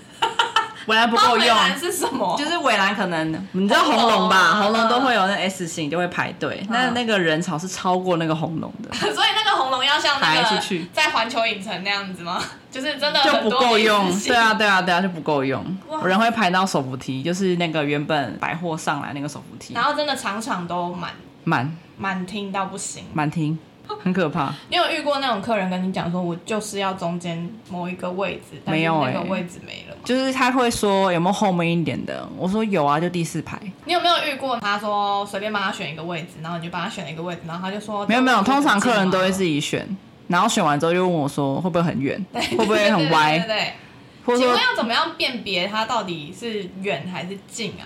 S2: 围栏不
S1: 包
S2: 够
S1: 围
S2: 用。
S1: 栏是什么？哦
S2: 就是围栏可能你知道红龙吧，
S1: 红
S2: 红
S1: 龙
S2: 龙都会有那 S 型就会排队，
S1: 嗯
S2: 那那个人潮是超过那个红龙 的，
S1: 所以那个红龙要像那
S2: 排
S1: 个
S2: 出去
S1: 在环球影城那样子吗？ 就是真的
S2: 就
S1: 很
S2: 不
S1: 多
S2: 够
S1: 名字
S2: 用。
S1: 写
S2: 对啊，，对啊，对啊，就不够用
S1: 哇。
S2: 人会排到手扶梯，就是那个原本百货上来那个手扶梯
S1: 然，后真的场场都满
S2: 满
S1: 满听到不行。
S2: 满厅，很可怕。
S1: 你有遇过那种客人跟你讲说，我就是要中间某一个位置，但
S2: 没
S1: 是
S2: 有
S1: 那个
S2: 欸
S1: 位置没了吗？
S2: 就是他会说有没有后面一点的，我说有啊，就第四排。
S1: 你有没有遇过他说随便帮他选一个位置，然后你就帮他选了一个位置，然后他就说
S2: 没有没有，通常客人都会自
S1: 是，
S2: 己选，然后选完之后就问我说会不会很远，会不 会很
S1: 对对
S2: 歪，
S1: 对对
S2: 或者
S1: 请
S2: 说
S1: 问要怎么样辨别它到底是远还是近啊？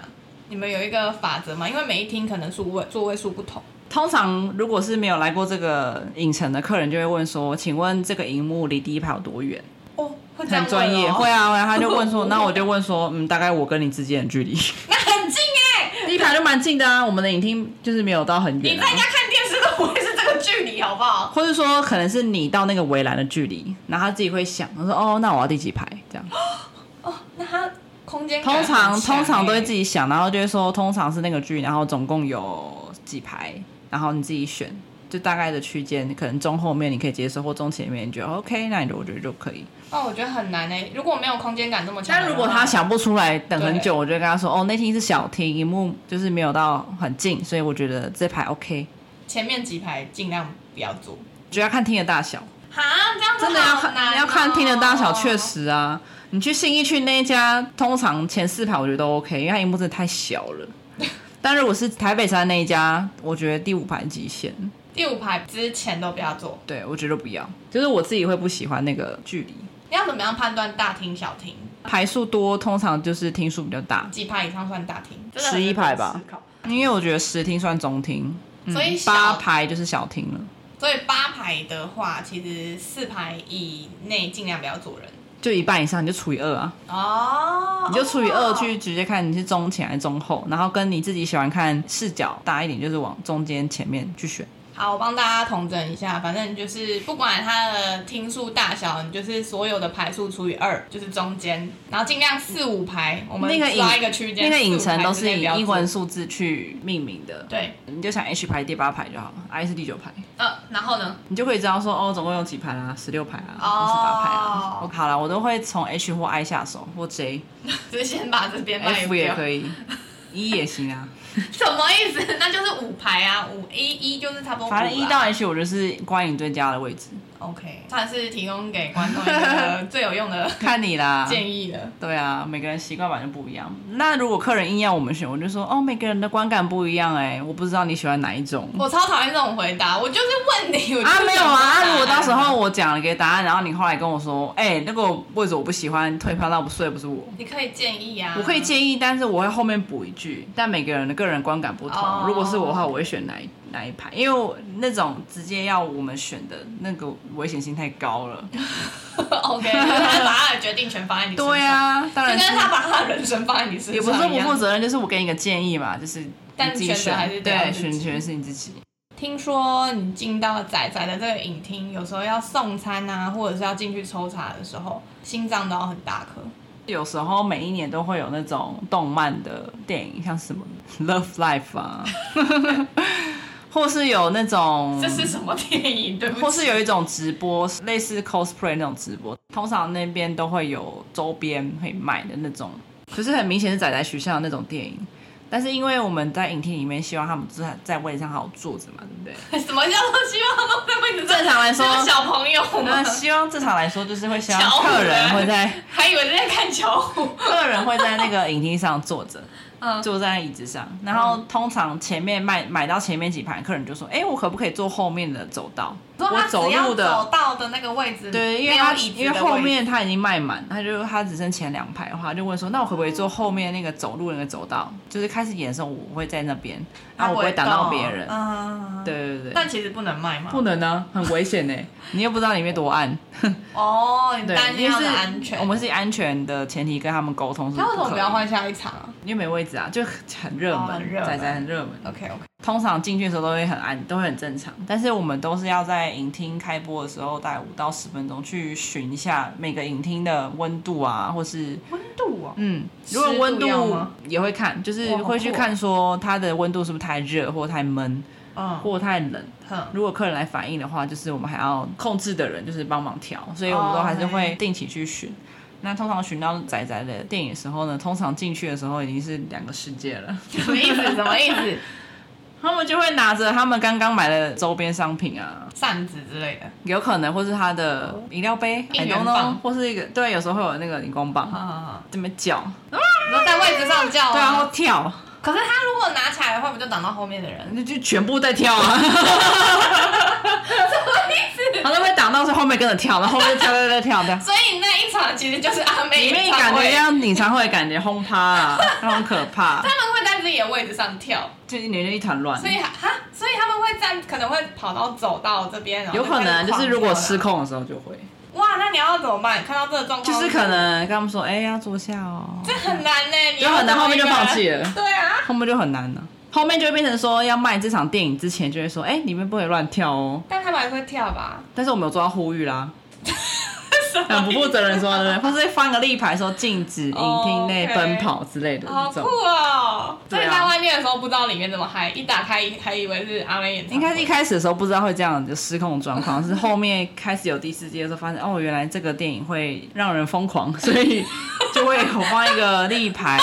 S1: 你们有一个法则吗？因为每一厅可能数位座位数不同。
S2: 通常如果是没有来过这个影城的客人，就会问说：“请问这个荧幕离第一排有多远
S1: 哦，？”会这样
S2: 很专业，
S1: 问哦
S2: 会啊，会啊。他就问说
S1: 我：“
S2: 那我就问说，嗯，大概我跟你之间的距离，
S1: 那很近哎、
S2: 第一排就蛮近的啊，我们的影厅就是没有到很
S1: 你
S2: 远、啊
S1: 在。家看电视都不会是这个距离，好不好？
S2: 或者说可能是你到那个围栏的距离，然后他自己会想，他说：“哦，那我要第几排？”这 样，
S1: 哦，那它空间感
S2: 通常
S1: 很强
S2: 通常都会
S1: 欸
S2: 自己想，然后就会说，通常是那个距离，然后总共有几排，然后你自己选。就大概的区间，可能中后面你可以接受，或中前面你觉得 OK，那你就我觉得就可以。
S1: 哦，我觉得很难哎、如果没有空间感这么强，
S2: 但如果他，想不出来，等很久，我就跟他说：“哦，那厅是小厅，荧幕就是没有到很近，所以我觉得这排 OK，
S1: 前面几排尽量不要坐。
S2: 就要看厅的大小，
S1: 哈，这样子
S2: 真的要
S1: 好难哦
S2: 看要看厅的大小，确。实啊。你去信义区那一家，通常前四排我觉得都 OK，因为它荧幕真的太小 了。但如果是台北山那一家，我觉得第五排极限，
S1: 第五排之前都不要坐。
S2: 对我觉得不要，就是我自己会不喜欢那个距离。
S1: 你要怎么样判断大厅小厅？
S2: 排数多，通常就是厅数比较大，
S1: 几排以上算大厅？真的很
S2: 11排吧
S1: 思考。
S2: 因为我觉得十厅算中厅，嗯
S1: 所以小
S2: 八排就是小厅了。
S1: 所以八排的话，其实四排以内尽量不要坐人。
S2: 就一半以上，你就除以二啊，
S1: 哦，
S2: 你就除以二
S1: 哦
S2: 去直接看你是中前还是中后，然后跟你自己喜欢看视角大一点，就是往中间前面去选。
S1: 好，我帮大家统整一下，反正就是不管它的听数大小，你就是所有的排数除以二，就是中间，然后尽量四五排，我们
S2: 那个影
S1: 抓一个区间，
S2: 那个
S1: 四五
S2: 影城
S1: 排
S2: 都
S1: 之
S2: 是
S1: 内
S2: 以
S1: 不要
S2: 英
S1: 坐
S2: 文数字去命名的，，
S1: 对，
S2: 你就想 H 排第八排就好了，I 是第九排，
S1: 呃，然后呢？
S2: 你就可以知道说哦，总共有几排啦，十六排啊，
S1: 哦
S2: 二十八排啊。我好了，我都会从 H 或 I 下手，或 J，F
S1: 就是先把这边卖掉，
S2: 也可以，E 也 行啊，
S1: 什么意思？那就是五排啊，五一一就是差不多五啊啦，
S2: 反正一到 H 我就是观影最佳的位置，
S1: OK，算是提供给观众一个最有用的
S2: 看你啦，
S1: 建议了。
S2: 对啊，每个人习惯版就不一样。那如果客人硬要我们选，我就说哦，每个人的观感不一样哎、我不知道你喜欢哪一种。
S1: 我超讨厌这种回答，我就是问你，我就
S2: 啊，
S1: 是
S2: 没有啊，
S1: 想
S2: 啊
S1: 说
S2: 如果
S1: 答案
S2: 到时候我讲了一个答案，然后你后来跟我说，哎、那个位置我不喜欢，退票那不睡不是我，
S1: 你可以建议啊，
S2: 我可以建议，但是我会后面补一句，但每个人的个人观感不同。
S1: 哦
S2: 如果是我的话，我会选哪一哪一排，因为我那种直接要我们选的那个危险性太 高了。
S1: OK，就是他把他的决定权放在你身上，
S2: 对，啊，当
S1: 就
S2: 然
S1: 跟
S2: 是
S1: 他把他的人生放在你身上
S2: 也不是说不
S1: 一样
S2: 负责任，就是我给你个建议嘛，就是
S1: 但
S2: 你自己
S1: 选择还是得要
S2: 对
S1: 自己
S2: 选选是你自己。
S1: 听说你进到仔仔的这个影厅，有时候要送餐啊，或者是要进去抽查的时候，心脏都要很大颗。
S2: 有时候每一年都会有那种动漫的电影，像什么《Love Life》啊， 或是有那种
S1: 这是什么电影？对不起，
S2: 或是有一种直播，类似 cosplay 那种直播，通常那边都会有周边会卖的那种，就是很明显是仔仔学校的那种电影。但是因为我们在影厅里面，希望他们在在位置上好好坐着嘛，对 不对？
S1: 什么叫做希望他们在位置上
S2: 正常来说
S1: 就是小朋友吗？
S2: 那希望正常来说就是会希望
S1: 巧
S2: 客人
S1: 人
S2: 会在。
S1: 还以为在看巧虎
S2: 客人会在那个影厅上坐着，
S1: 嗯
S2: 坐在椅子上，然后通常前面卖买到前面几排，客人就说：“哎、我可不可以坐后面的走道？
S1: 说他
S2: 我
S1: 只要
S2: 路
S1: 走
S2: 的。
S1: 到的那个位置，”
S2: 对，因
S1: 没
S2: 为
S1: 有
S2: 他
S1: 椅子的
S2: 因为后
S1: 位置
S2: 面他已经卖满，他就他只剩前两排的话，就问说：“那我可不可以坐后面那个走路的那个走道？”就是开始演的时候，我会在那边，然后我不会挡到别人。
S1: 嗯，
S2: 对对对对，
S1: 但其实不能卖嘛。
S2: 不能啊，很危险呢、 你又不知道里面多暗。
S1: 哦，你
S2: 对，
S1: 担心
S2: 因
S1: 他
S2: 为
S1: 的
S2: 是
S1: 安全。
S2: 我们是以安全的前提跟他们沟通是可以。
S1: 他为什么不要换下一场啊
S2: 因为没位置啊，就很热
S1: 哦很热
S2: 门，
S1: 门
S2: 仔仔很热门。
S1: ？OK OK，
S2: 通常进去的时候都会很暗，都会很正常。但是我们都是要在影厅开播的时候，大概五到十分钟去巡一下每个影厅的温度啊，或是
S1: 温度哦，
S2: 嗯，如果温
S1: 湿度要
S2: 度
S1: 吗
S2: 也会看，就是
S1: 哇好酷
S2: 会去
S1: 哦
S2: 看说它的温度是不是太热或太闷
S1: 嗯，
S2: 或太冷。
S1: 哼，
S2: 如果客人来反映的话，就是我们还要控制的人就是帮忙调，所以我们都
S1: 哦
S2: 还是会
S1: 嘿
S2: 定期去巡。那通常巡到仔仔的电影的时候呢，通常进去的时候已经是两个世界 了。
S1: 什么意思？什么意思？
S2: 他们就会拿着他们刚刚买的周边商品啊，
S1: 扇子之类的，
S2: 有可能或是他的饮料杯
S1: 应
S2: ，I
S1: 援
S2: don't
S1: 棒
S2: know，或是一个对，有时候会有那个荧光棒，
S1: 嗯，
S2: 这么叫，
S1: 然后在位置上叫
S2: 对啊，然后
S1: 啊。
S2: 跳，
S1: 可是他如果拿起来的话，不就挡到后面的 人？
S2: 那就全部在跳啊， 然后会挡到，是后面跟着跳，然后后面跳跳跳跳 跳。
S1: 所以那一场其实就是阿妹
S2: 里面
S1: 演唱
S2: 感
S1: 会
S2: 觉像演唱哎会，感觉轰趴啊，那种可怕，
S1: 他们会在自己的位置上跳，
S2: 就是你就一团乱
S1: 所。以哈，所以他们会站，可能会跑到走到这边，然后
S2: 有可
S1: 开
S2: 能
S1: 始
S2: 就
S1: 狂
S2: 是如果
S1: 跳
S2: 失控的时候就会，
S1: 哇，那你要怎么办？看到这个状况，
S2: 就是可能跟他们说，哎、要坐下哦，
S1: 这很难呢、你
S2: 就很难，后面就放弃
S1: 了。
S2: 了。
S1: 对啊，
S2: 后面就很难了。后面就会变成说，要卖这场电影之前就会说，哎、你们不可以乱跳哦。
S1: 但他们还是会跳吧？
S2: 但是我们有做到呼吁 啦，很
S1: 很
S2: 不负责任说，对不对？或是放个立牌说禁止影厅内
S1: 哦 OK
S2: 奔跑之类的
S1: 好
S2: 这
S1: 酷
S2: 种。
S1: 哦！所以
S2: 对啊
S1: 在外面的时候不知道里面这么嗨，一打开还以为是阿妹演唱会。
S2: 应该是一开始的时候不知道会这样就失控的状况，是后面开始有第四季的时候发现，哦，原来这个电影会让人疯狂，所以就会有放一个立牌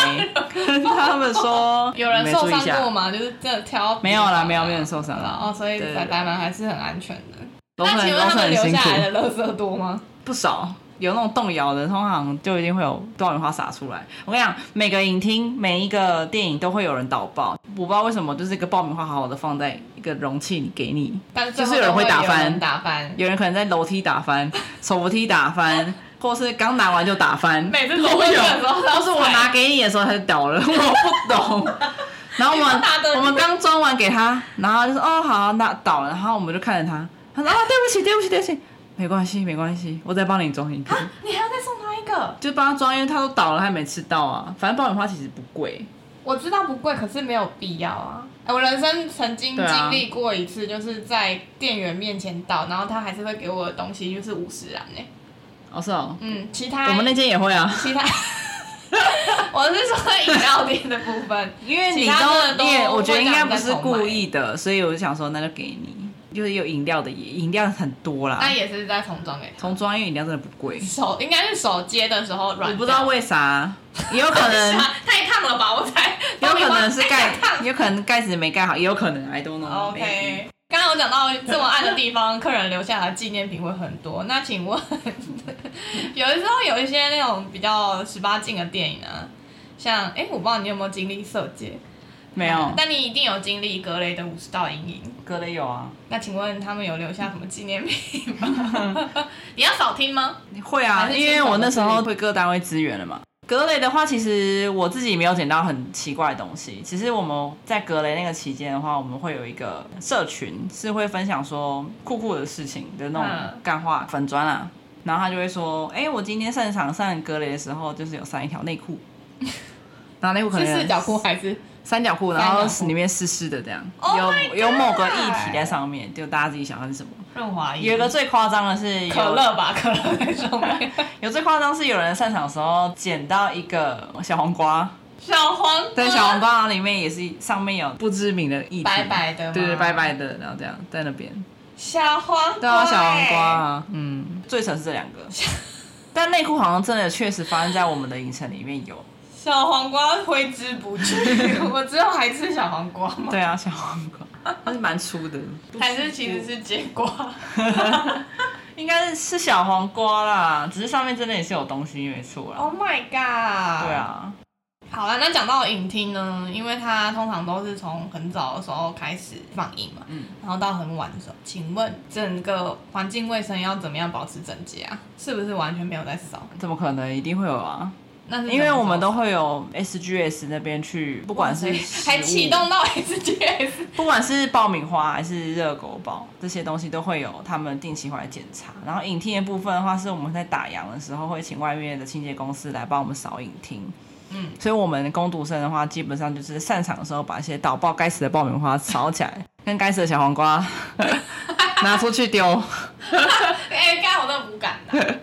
S2: 跟他们说，
S1: 有人
S2: 你们
S1: 受
S2: 注意一
S1: 伤
S2: 下
S1: 过吗？就是真的跳到
S2: 没有啦，
S1: 啦，
S2: 没有，没有人受伤啦，
S1: 哦，所以
S2: 对
S1: 仔仔们还是很安全的。
S2: 都是
S1: 那
S2: 很
S1: 请
S2: 都
S1: 问
S2: 是
S1: 他们
S2: 很
S1: 留
S2: 辛
S1: 下
S2: 苦。
S1: 来的垃圾多吗？
S2: 不少，有那种动摇的，通常就一定会有多少米花洒出来。我跟你讲，每个影厅、每一个电影都会有人导爆，我不知道为什么，就是一个爆米花好好的放在一个容器里给你，
S1: 但是最
S2: 就
S1: 后
S2: 是有人
S1: 都会
S2: 会打翻
S1: 有人打翻，
S2: 有人可能在楼梯打翻、 手扶梯打翻，或是刚拿完就打翻，
S1: 每次
S2: 都
S1: 走过去
S2: 有
S1: 的时。候，
S2: 都是我拿
S1: 拿
S2: 给你的时候它就倒 了，我不懂。然后我
S1: 你不拿的
S2: 们我们刚装完给他，然后他就说哦好，那倒了，然后我们就看着他，他说啊对不起对不起对不起，没关系没关系，我再帮你装一 个。
S1: 你还要再送他一个。
S2: 就帮他装，因为他都倒了，他还没吃到啊。反正爆米花其实不贵，
S1: 我知道不贵，可是没有必要啊。哎我人生曾经
S2: 对啊
S1: 经历过一次，就是在店员面前倒，然后他还是会给我的东西就是五十元呢。
S2: 哦是哦，
S1: 嗯，其他
S2: 我们那间也会啊，
S1: 其他，我是说饮料店的部分，
S2: 因为你
S1: 其他的都
S2: 都你也，
S1: 会
S2: 我觉得应该
S1: 让
S2: 不
S1: 人
S2: 是
S1: 家重买
S2: 故意的，所以我就想说那就给你，就是有饮料的也饮料很多啦
S1: 那，也是在重装给他。
S2: 从装因为饮料真的不贵，
S1: 手应哎该是手接的时候软掉，
S2: 我不知道 为啥，也有可能
S1: 是。啊太烫了吧，我才
S2: 有可能是嗯盖
S1: 太烫，。
S2: 也有可能盖子没盖好，也有可能 I don't know。
S1: OK，刚刚我讲到这么暗的地方，客人留下的纪念品会很多。那请问， 有的时候有一些那种比较十八禁的电影啊，像哎、诶我不知道你有没有经历色戒，
S2: 没有，
S1: 但你一定有经历格雷的五十道阴影。
S2: 隔了有啊，
S1: 那请问他们有留下什么纪念品 吗？你要少听吗？
S2: 会啊，
S1: 还是
S2: 因为我那时
S1: 先找
S2: 候
S1: 个
S2: 会各单位支援了嘛。格雷的话，其实我自己没有捡到很奇怪的东西。其实我们在格雷那个期间的话，我们会有一个社群，是会分享说酷酷的事情的那种
S1: 嗯
S2: 干话粉砖啊。然后他就会说：“哎、我今天上场上格雷的时候，就是有上一条 内裤，然后内裤可
S1: 是
S2: 能
S1: 四角裤还是？
S2: 三角裤，然
S1: 三角
S2: 后
S1: 裤
S2: 里面湿湿的这样
S1: Oh my
S2: 有有某个液
S1: God
S2: 体在上面，就大家自己想象是什么。
S1: 润滑液
S2: 有一个最夸张的是有
S1: 可乐吧，可乐在上面，
S2: 有最夸张是有人散场的时候捡到一个小黄瓜，
S1: 小黄瓜
S2: 对，小黄瓜然后里面也是上面有不知名的液体，
S1: 白白的吗
S2: 对对，白白的，然后这样在那边，
S1: 小黄瓜，
S2: 对啊，小黄
S1: 欸
S2: 瓜啊， 嗯，最扯是这两个，但内裤好像真的确实发生在我们的影城里面有，
S1: 小黄瓜挥之不去， 我知道还吃小黄瓜吗？
S2: 对啊，小黄瓜，它是蛮粗的，
S1: 还是其实是结瓜？
S2: 应该是是小黄瓜啦，只是上面真的也是有东西没错啦。
S1: Oh my god！对啊，
S2: 对啊，
S1: 好了，那讲到影厅呢，因为它通常都是从很早的时候开始放映嘛，
S2: 嗯
S1: 然后到很晚的时候，请问整个环境卫生要怎么样保持整洁啊？是不是完全没有在扫？
S2: 怎么可能？一定会有啊，
S1: 那是
S2: 因为我们都
S1: 不
S2: 会有 SGS 那边去，不管是食物
S1: 还启动到 SGS，
S2: 不管是爆米花还是热狗堡，这些东西都会有他们定期回来检查。然后影厅的部分的话，是我们在打烊的时候会请外面的清洁公司来帮我们扫影厅。
S1: 嗯，
S2: 所以我们工读生的话，基本上就是散场的时候把一些倒爆该死的爆米花扫起来，跟该死的小黄瓜 拿出去丢，
S1: 哎、干我真的不敢 啦，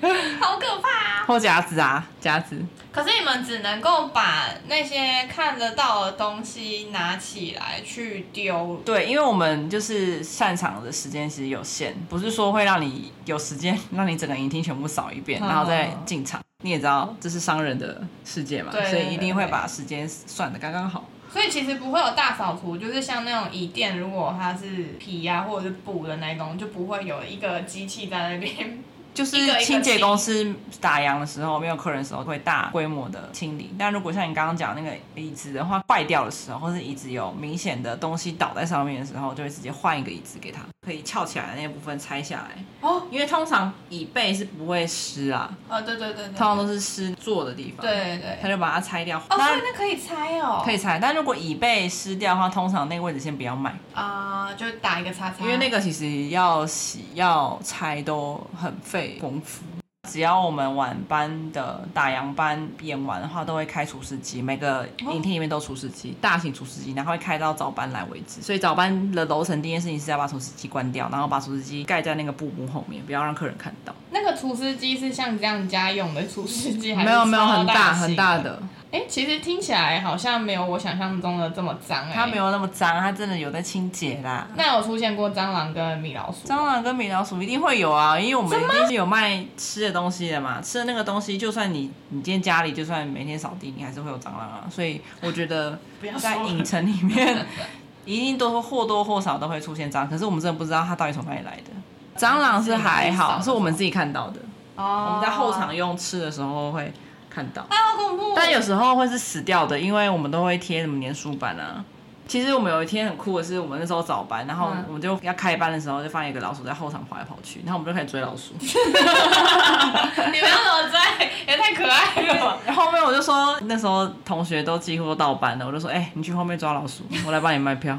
S1: 好可怕、啊！
S2: 或夹子啊，夹子。
S1: 可是你们只能够把那些看得到的东西拿起来去丢，
S2: 对，因为我们就是散场的时间其实有限，不是说会让你有时间让你整个影厅全部扫一遍，
S1: 嗯
S2: 然后再进场。你也知道这是商人的世界嘛，
S1: 对对
S2: 所以
S1: 对
S2: 一定会把时间算的刚刚好。
S1: 所以其实不会有大扫除，就是像那种椅垫，如果它是皮呀、或者是布的那种，就不会有一个机器在那边。
S2: 就是
S1: 一个一个
S2: 清洁
S1: 清
S2: 公司打烊的时候，没有客人的时候会大规模的清理。但如果像你刚刚讲那个椅子的话，坏掉的时候，或是椅子有明显的东西倒在上面的时候，就会直接换一个椅子给他，可以翘起来的那部分拆下来。
S1: 哦，
S2: 因为通常椅背是不会湿啊，
S1: 哦，对对对对，
S2: 通常都是湿坐的地方。
S1: 对对对。
S2: 他就把它拆掉。
S1: 哦，所以
S2: 那
S1: 那可以拆哦，
S2: 可以拆，但如果椅背湿掉的话，通常那个位置先不要买，
S1: 啊、就打一个叉叉，
S2: 因为那
S1: 个
S2: 个其实要洗要拆都很费功夫。只要我们晚班的打烊班演完的话，都会开除湿机，每个
S1: 哦
S2: 影厅里面都有除湿机，大型除湿机，然后会开到早班来为止。所以早班的楼层第一件事情是要把除湿机关掉，然后把除湿机盖在那个布幕后面，不要让客人看到。
S1: 那个除湿机是像这样家用的除湿机，还是
S2: 没有没有，
S1: 超
S2: 很大
S1: 型
S2: 很大。的，
S1: 哎、其实听起来好像没有我想象中的这么脏、哎，
S2: 它没。有那么脏，它真的有在清洁啦。
S1: 那有出现过蟑螂跟米老鼠？
S2: 蟑螂跟米老鼠一定会有啊，因为我们一定是有卖吃的东西的嘛，吃的那个东西，就算你你今天家里就算每天扫地，你还是会有蟑螂啊，所以我觉得
S1: 不要
S2: 在
S1: 说了
S2: 影城里面 一定都或多或少都会出现蟑螂，可是我们真的不知道它到底从哪里来的。蟑螂是还好，是我们自己看到的，
S1: 哦
S2: 我们在后 场用吃的时候会看到。
S1: 啊，好恐怖！
S2: 但有时候会是死掉的，因为我们都会贴什么粘鼠板啊。其实我们有一天很酷的是，我们那时候早班，然后
S1: 嗯
S2: 我们就要开班的时候，就发现一个老鼠在后场跑来跑去，然后我们就开始追老鼠。
S1: 你们要怎么在？也太可爱了吧！
S2: 然后后面我就说，那时候同学都几乎都到班了，我就说，哎、你去后面抓老鼠，我来帮你卖票。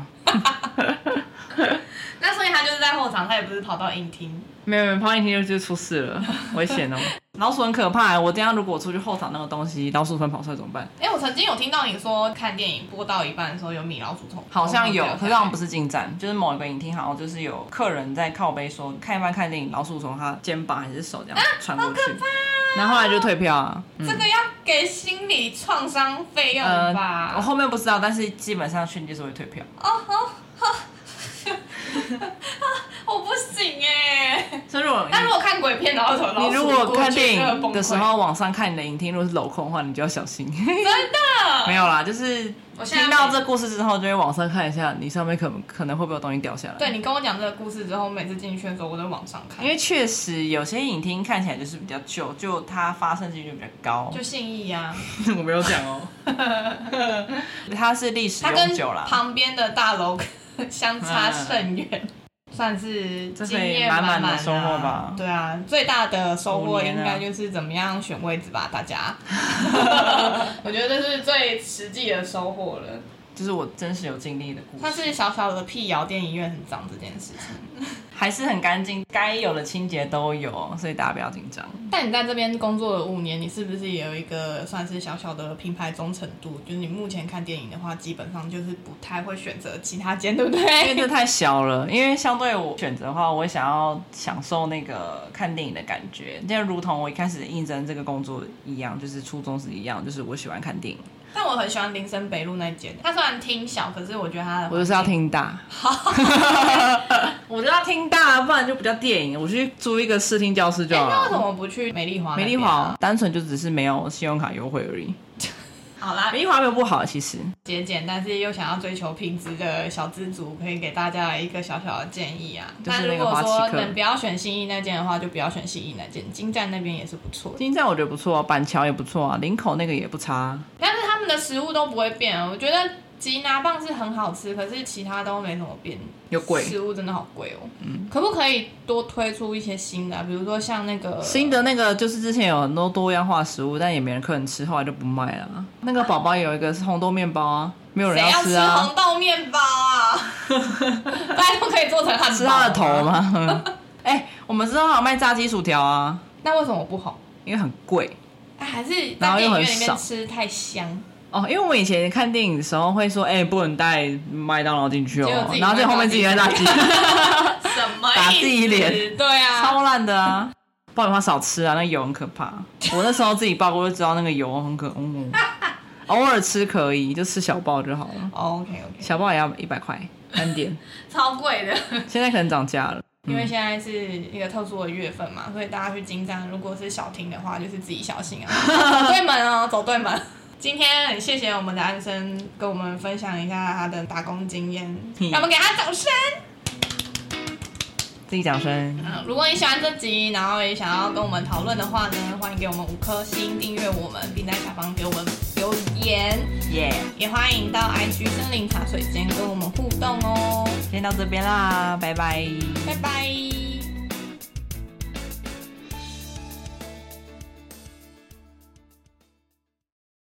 S1: 那所以他就是在后场，他也不是跑到影厅。
S2: 没有没有，跑一天就就出事了，危险哦。 老鼠很可怕、我等一下如果我出去后场那个东西，老鼠粉跑出来怎么办？
S1: 哎、我曾经有听到你说看电影播到一半的时候有米老鼠从
S2: 好像有，可是好像不
S1: 是。
S2: 是进站，就是某一个影厅，好像就是有客人在靠背说看一半看电影，老鼠从他肩膀还是手这样穿过 去，然后后来就退票啊。嗯
S1: 这个要给心理创伤费用吧？
S2: 呃我后面不知道，但是基本上训就是会退票，
S1: 我不行哎、
S2: 所以如果
S1: 那如果看鬼片，然后走
S2: 你
S1: 老
S2: 你
S1: 鼠
S2: 如
S1: 过去
S2: 果看电
S1: 真的崩
S2: 影
S1: 溃
S2: 的时，候往上看你的影厅，如果是镂空的话，你就要小心。
S1: 真的，
S2: 没有啦，就是
S1: 我现在
S2: 听到这故事之后，就会往上看一下，你上面可可能会不会有东西掉下来。
S1: 对你跟我讲这个故事之后，每次进去的时候，我都往上看
S2: 因，为确实有些影厅看起来就是比较旧，就它发生几率就比较高。
S1: 就信义啊，
S2: 我没有讲哦， 它是历史
S1: 它跟
S2: 悠久啦，
S1: 旁边的大楼相差甚远，算是
S2: 这可以
S1: 经验
S2: 满
S1: 满
S2: 满的
S1: 啊
S2: 收获吧
S1: 对啊，最大的收
S2: 五
S1: 获
S2: 年
S1: 应
S2: 啊
S1: 该就是怎么样选位置吧，大 家。我觉得这是最实际的收获了。
S2: 就是我真实有经历的故
S1: 它
S2: 事，
S1: 是小小的辟谣电影院很脏这件事情，
S2: 还是很干净，该有的清洁都有，所以大家不要紧张。
S1: 但你在这边工作了五年，你是不是也有一个算是小小的品牌忠诚度？就是你目前看电影的话，基本上就是不太会选择其他间，对不对？
S2: 因为这太小了，因为相对我选择的话，我想要享受那个看电影的感觉，就如同我一开始应征这个工作一样，就是初衷是一样，就是我喜欢看电影，
S1: 但我很喜欢林森北路那间，它虽然厅小，可是我觉得它的哎
S2: 我就是要 听大，我就要听大，不然就不叫电影，我去租一个视听教室就
S1: 哎、
S2: 好了。
S1: 那为什么不去美丽华那
S2: 美
S1: 边啊？
S2: 丽华单纯就只是没有信用卡优惠而已。
S1: 好 啦，
S2: 美丽华没有不好，其实
S1: 节俭，但是又想要追求品质的小资族，可以给大家一个小小的建议啊。
S2: 就是
S1: 那
S2: 那
S1: 如
S2: 个
S1: 果
S2: 花旗
S1: 说
S2: 客
S1: 能不要选信义那间的话，就不要选信义那间，金站那边也是不错的。
S2: 金站我觉得不错啊，板桥也不错啊，林口那个也不差啊。
S1: 但是他们的食物都不会变，我觉得吉拿棒是很好吃，可是其他都没怎么变。
S2: 又贵
S1: 食物真的好贵哦。嗯，可不可以多推出一些新的、啊？比如说像那个
S2: 新的那个就是之前有很多多样化食物，但也没人客人吃，后来就不卖了啊。那个宝宝有一个是红豆面包啊，没有
S1: 谁
S2: 人
S1: 要
S2: 吃
S1: 吃
S2: 啊，
S1: 红豆面包啊？ 大家都可以做成汉堡。啊
S2: 吃他的头？吗？ 哎、我们知道还有卖炸鸡薯条啊，
S1: 那为什么不好？
S2: 因为很贵
S1: 哎还是
S2: 然
S1: 在
S2: 后
S1: 电
S2: 又
S1: 影
S2: 很
S1: 院里
S2: 少
S1: 面吃太 香。
S2: 哦。因为我以前看电影的时候会说，哎、不能带麦当劳进去
S1: 结果自
S2: 哦，
S1: 己
S2: 然后在后面自己在炸鸡，
S1: 什么
S2: 打自己
S1: 意思
S2: 脸？
S1: 对啊，
S2: 超烂的啊。爆米花少吃啊，那油很可怕。我那时候自己爆过就知道那个油很可，嗯， 偶尔吃可以，就吃小爆就好了。
S1: OK OK，
S2: 小爆也要一百块单点，
S1: 哦超贵的，
S2: 现在可能涨价了。
S1: 因为现在是一个特殊的月份嘛，所以大家去金站，如果是小厅的话，就是自己小 心啊，走对门哦，走对门。今天很谢谢我们的安生跟我们分享一下他的打工经验，
S2: 嗯
S1: 让我们给他掌声。
S2: 自己讲声，
S1: 嗯，如果你喜欢这集，然后也想要跟我们讨论的话呢，欢迎给我们五颗星订阅我们，并在下方给我们留言，
S2: 耶、
S1: 也欢迎到 IG 森林茶水间跟我们互动哦。
S2: 先到这边啦，拜拜。
S1: 拜拜。